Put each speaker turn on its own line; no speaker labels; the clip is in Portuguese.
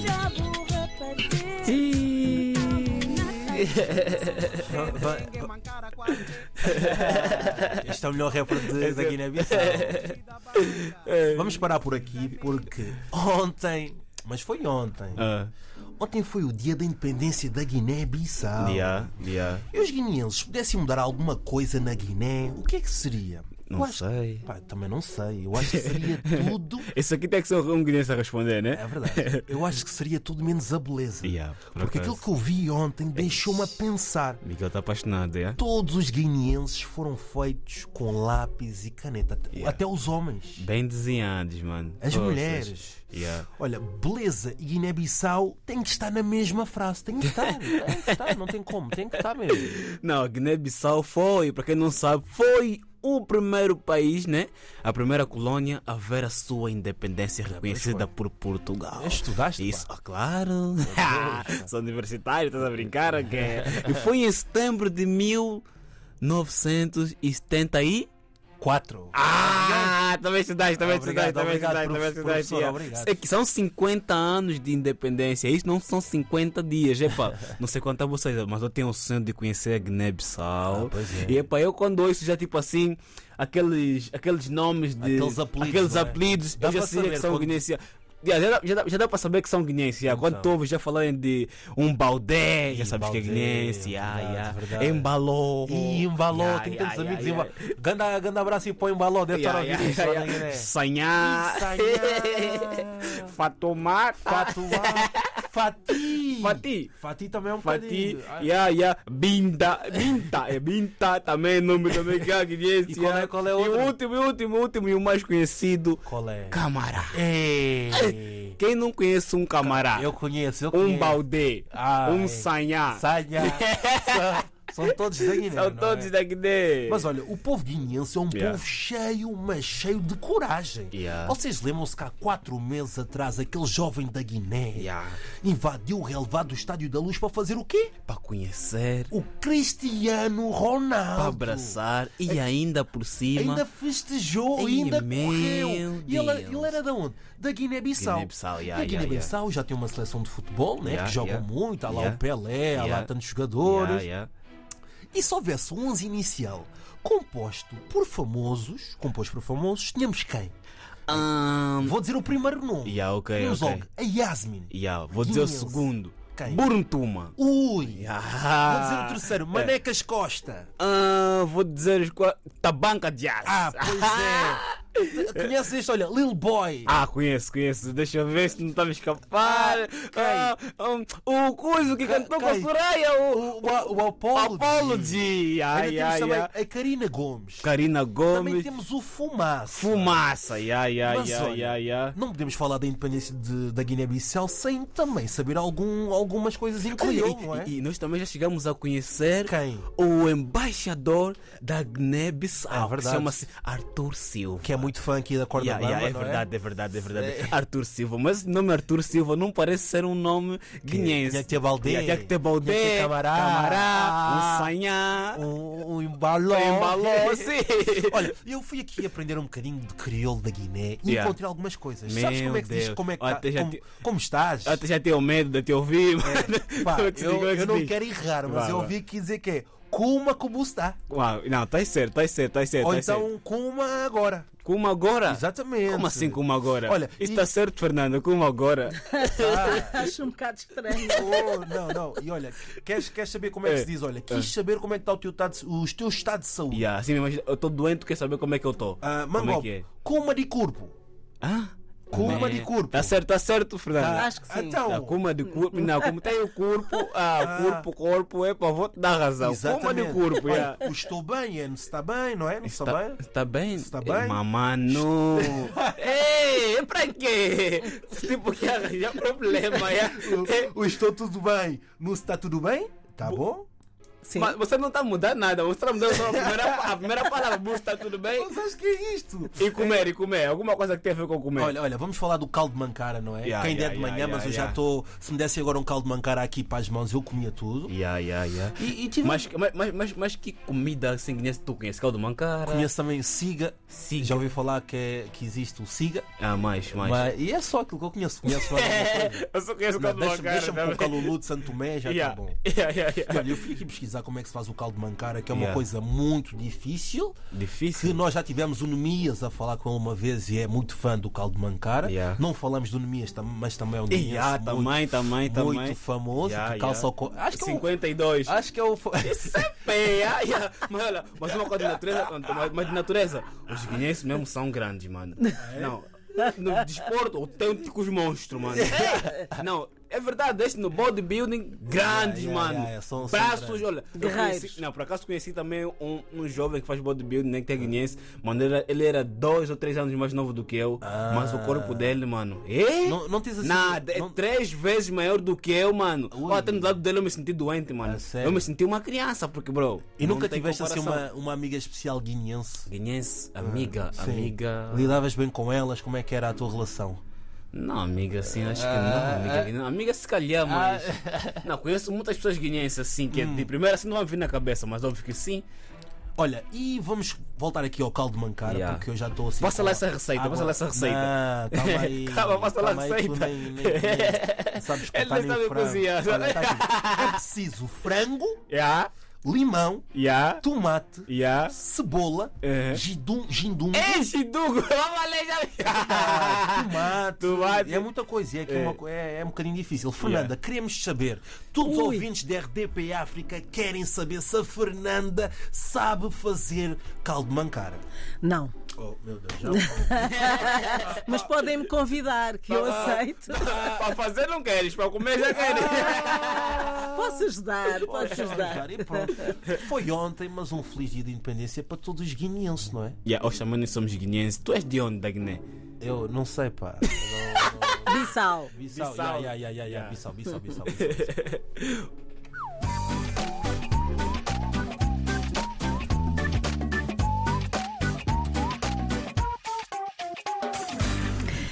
Este é o melhor rapper de, da Guiné-Bissau. Vamos parar por aqui porque ontem, mas foi ontem,
Ah,
ontem foi o dia da independência da Guiné-Bissau.
dia, dia.
E os guineenses se pudessem mudar alguma coisa na Guiné, o que é que seria?
Não
Eu acho-
sei.
Pá, também não sei. Eu acho que seria tudo.
Esse aqui tem que ser um guinense a responder,
É
né?
verdade. Eu acho que seria tudo menos a beleza.
Yeah, por
Porque
acaso.
aquilo que eu vi ontem deixou-me a pensar.
Miguel está apaixonado, é?
Todos os guineenses foram feitos com lápis e caneta. Até-
Yeah.
Até os homens.
Bem desenhados, mano.
As
Poças.
mulheres.
Yeah.
Olha, beleza e Guiné-Bissau tem que estar na mesma frase. Tem que estar. Tem que estar. Não tem como. Tem que estar mesmo.
Não, Guiné-Bissau foi, para quem não sabe, foi o primeiro país, né? A primeira colónia a ver a sua independência reconhecida por Portugal.
Estudaste,
Isso, ah, claro. Sou universitário, estás a brincar, ok? E foi em setembro de 1970 e...
Quatro.
Ah, também estudaste, também
Obrigado,
estudaste, também
obrigado,
estudaste, também
prof- professor, obrigado.
estudaste. É que são 50 anos de independência, é isso não são 50 dias, epá. Não sei quanto a vocês, mas eu tenho o sonho de conhecer a Guiné-Bissau.
Ah, pois é.
E epá, eu quando ouço já tipo assim, aqueles, aqueles nomes de.
Aqueles apelidos,
aqueles
não é?
apelidos,
Dá
eu já
pra
sei
saber
que são
quando-
guinenses. Já, já, dá- já, dá- já dá para saber que são guinenses. já. Quando tu ouves já falarem de um baldé,
Então.
já
Ih,
sabes que é
Baldé,
guinense.
verdade,
Yeah,
verdade.
yeah. Embalou.
E embalou,
Yeah,
tem
yeah,
tantos amigos.
yeah,
Yeah, Ganda, ganda abraço e põe embalou dentro da vida.
yeah, yeah,
né?
yeah. Sanhar.
Sanhar.
Fatomar.
Fatuá. ah. Fati.
Fati.
Fati também é um
Fati.
bocadinho. Ah,
Yeah, yeah. Binda. Binta. É Binta também, nome também que é guinense,
E qual é-
yeah.
qual é
E
outro?
o último, e o último, o último e o mais conhecido.
Qual é?
Camará.
Ei.
Quem não conhece um camará?
Ah, Eu conheço, eu conheço.
Um balde.
Ah, é.
Um sanhá.
Sanha. São são todos da Guiné. não
São
é?
todos da Guiné.
Mas olha, o povo guineense é um
Yeah.
povo cheio, mas cheio de coragem.
Yeah.
Vocês lembram-se que há quatro meses atrás aquele jovem da Guiné
Yeah.
invadiu o relevado do Estádio da Luz para fazer o quê?
Para conhecer,
O Cristiano Ronaldo.
para abraçar e ainda por cima.
É Ainda festejou,
Ei,
ainda
meu
correu. E ele,
Deus.
ele era de onde? Da Guiné-Bissau.
Guiné-Bissau, yeah,
e a
yeah,
Guiné-Bissau já tem uma seleção de futebol, né?
Yeah,
que joga
yeah.
muito. Há lá
Yeah.
o Pelé, há lá
Yeah.
tantos jogadores.
Yeah, yeah.
E se houvesse um 11 inicial composto por famosos, composto por famosos, tínhamos quem?
Ahn,
Vou dizer o primeiro nome.
Yeah, ok,
Tínhamos
ok.
logo a Yasmin.
yeah, vou dizer o
Guinense.
segundo.
Quem?
Buruntuma.
Ui. Vou
Ah,
dizer o terceiro, Manecas Costa.
Ah, vou dizer os quatro. Tabanca de aço.
Ah, pois é. Conheces este? Olha, Lil Boy.
Ah, conheço, conheço. Deixa eu ver se não está a escapar. Ah, um, o Cuso que cantou com a
quem?
Soraya. O,
O, o, o Apolo.
Apolo de.
Ainda
Ai,
temos
ai,
também
ai.
a Karina Gomes.
Karina
Também
Gomes.
temos né? o Fumaça.
Fumaça. Ai,
Mas
ai, ai,
olha,
ai, ai.
Não podemos falar da independência de- da Guiné-Bissau sem também saber algum, algumas coisas em
Olha,
crioulo, não é?
e, e nós também já chegamos a conhecer
Quem?
o embaixador da
Ah,
Guiné-Bissau, que
verdade.
chama-se Arthur Silva.
Que é muito fã aqui da corda
Yeah,
bamba,
yeah, é
não
verdade, é verdade, é verdade. Arthur Silva, mas esse nome Arthur Silva não parece ser um nome guinense.
tinha que ter Baldé,
Yeah, Tinha que ter Baldé,
tinha que ter Camará,
Camará,
ah,
um Sanhá, um
Um, um embaló.
Embaló, sim.
Olha, eu fui aqui aprender um bocadinho de crioulo da Guiné e
Yeah.
encontrei algumas coisas. Sabes
Meu
como é que diz?
Deus.
Como é que
Olha,
tá-
até já
como,
te-
como estás?
Até já tenho medo de te ouvir, mano.
Pá,
Como é que se
eu,
diz, como é
eu
que se
não
diz?
quero errar, mas
Vá,
eu
vá.
ouvi aqui dizer que é Kuma Kubustá.
Uau, não, tá certo, tá certo, tá certo.
Ou
tá certo.
então Kuma agora.
Como agora?
Exatamente.
Como assim como agora?
Olha,
Isso tá
e-
está certo, Fernando, como agora?
Acho um bocado estranho.
Oh, não, não. E olha, queres, queres saber como é que se diz? Olha, quis saber como é que está o teu, estado de- o teu estado de saúde.
Ah. yeah, assim mesmo, eu tô doente, tu quer saber como é que eu tô?
Ah,
como é
Mangob,
que é?
Kuma de corpo.
Ah?
Kuma de corpo.
Tá certo, tá certo, Fernando.
Tá. Acho que sim.
Então,
A cuma de corpo, não, como tem o corpo, ah, corpo, corpo, é pá, vou te dar razão. Cuma de
exatamente.
corpo,
Olha,
yeah.
o estou bem, é, não se está bem, não é? Não se está bem?
Está eh, bem?
Está bem?
Mamano. Ei, é pra quê? Tipo que arranjar problema, é?
O estou tudo bem, não se está tudo bem? Tá bom?
Sim.
Mas você não está a mudar nada, você está mudando só a primeira, a primeira palavra. Burro está tudo bem.
Mas acho que é isto.
E comer, e comer. Alguma coisa que tem a ver com comer.
Olha, olha, vamos falar do caldo de mancara, não é?
Yeah,
Quem
yeah,
der de manhã,
yeah,
mas
yeah,
eu já
yeah.
estou. Se me dessem agora um caldo de mancara aqui para as mãos, eu comia tudo.
Ya, ya, ya.
E, e tive. um-
Mas, mas, mas, mas, mas que comida assim conhece tu? Conhece caldo mancara?
Conheço também o Siga.
Siga.
Já ouvi falar que, é- que existe o Siga.
Ah, mais, mais.
Mas, e é só aquilo que eu conheço. Conheço mais alguma coisa.
Eu só conheço
Não,
caldo
Deixa-me
mancara.
deixa-me com o
também.
calulu de Santo Tomé, já está
Ya,
bom.
ya, ya,
E
ya.
Olha, eu fui aqui pesquisar como é que se faz o caldo de mancara, que é uma
Yeah.
coisa muito difícil. Que
Difícil.
nós já tivemos o Nemias a falar com ele uma vez e é muito fã do caldo de mancara.
Yeah.
Não falamos do Nemias, tam- mas também é um Nemias
Ya,
muito,
também, também,
muito
também.
famoso.
Yeah,
que calça
yeah.
o co- acho, que é o,
52.
acho que é o. fa-
Sempre, ai, ai. Mas olha, mas uma coisa de natureza, mas- mas de natureza, os guineenses mesmo são grandes, mano.
É?
Não, no desporto, autênticos monstros, mano. É, Não, é verdade, este no bodybuilding, grandes,
Yeah, yeah,
mano.
yeah, yeah, são- são
Braços,
grandes.
olha. eu
Guerreiros.
conheci- não, por acaso conheci também um, um jovem que faz bodybuilding, né, que é guineense. Mano, ele era, ele era dois ou três anos mais novo do que eu, mas o corpo dele, mano. É?
Ah. Não, não tens assim.
Nada, é
não-
três vezes maior do que eu, mano.
Ui.
Ó, até no lado dele eu me senti doente, mano.
Ah, sério?
eu me senti uma criança, porque, bro.
E
não
nunca
tem
tiveste assim
comparação.
uma, Ah, uma amiga especial guineense?
Guinense, amiga, amiga.
Lidavas bem com elas? Como é que era a tua relação?
Não, amiga, assim, acho que
Ah,
não. Amiga, guinense. amiga se calhar, mas. Não, conheço muitas pessoas guinenses assim, que
Hum.
de primeira assim não vai vir na cabeça, mas óbvio que sim.
Olha, e vamos voltar aqui ao caldo de mancara,
Yeah.
porque eu já estou assim.
Passa
com a-
lá essa receita,
água-
passa lá essa receita.
Não, calma aí.
Calma, passa lá a
calma aí, tu
receita.
nem- nem- nem- Sabes que tá
Ele nem sabe cozinhar.
É preciso frango,
Ya,
limão,
ya,
tomate,
ya.
cebola,
Uhum.
gidum, gindum. Ah,
Enche, Dugo! Vamos ali já!
Tomate,
Tomate.
é muita coisa, e é, que é uma co- é- é um bocadinho difícil. Fernanda, queremos saber. Todos os ouvintes da RDP África querem saber se a Fernanda sabe fazer caldo de mancara.
Não.
Oh, meu Deus, já.
Mas podem me convidar, que eu aceito.
Para fazer não queres, para comer já queres.
Posso ajudar, posso ajudar.
E pronto. Foi ontem, mas um feliz dia de independência para todos os guineenses, não é?
Yeah, hoje também nós somos guineenses. Tu és de onde, da Guiné?
Eu não sei, pá.
Bissau.
Bissau,
Bissau.
ya, ya, ya, ya, ya,
Yeah.
Bissau, Bissau, Bissau.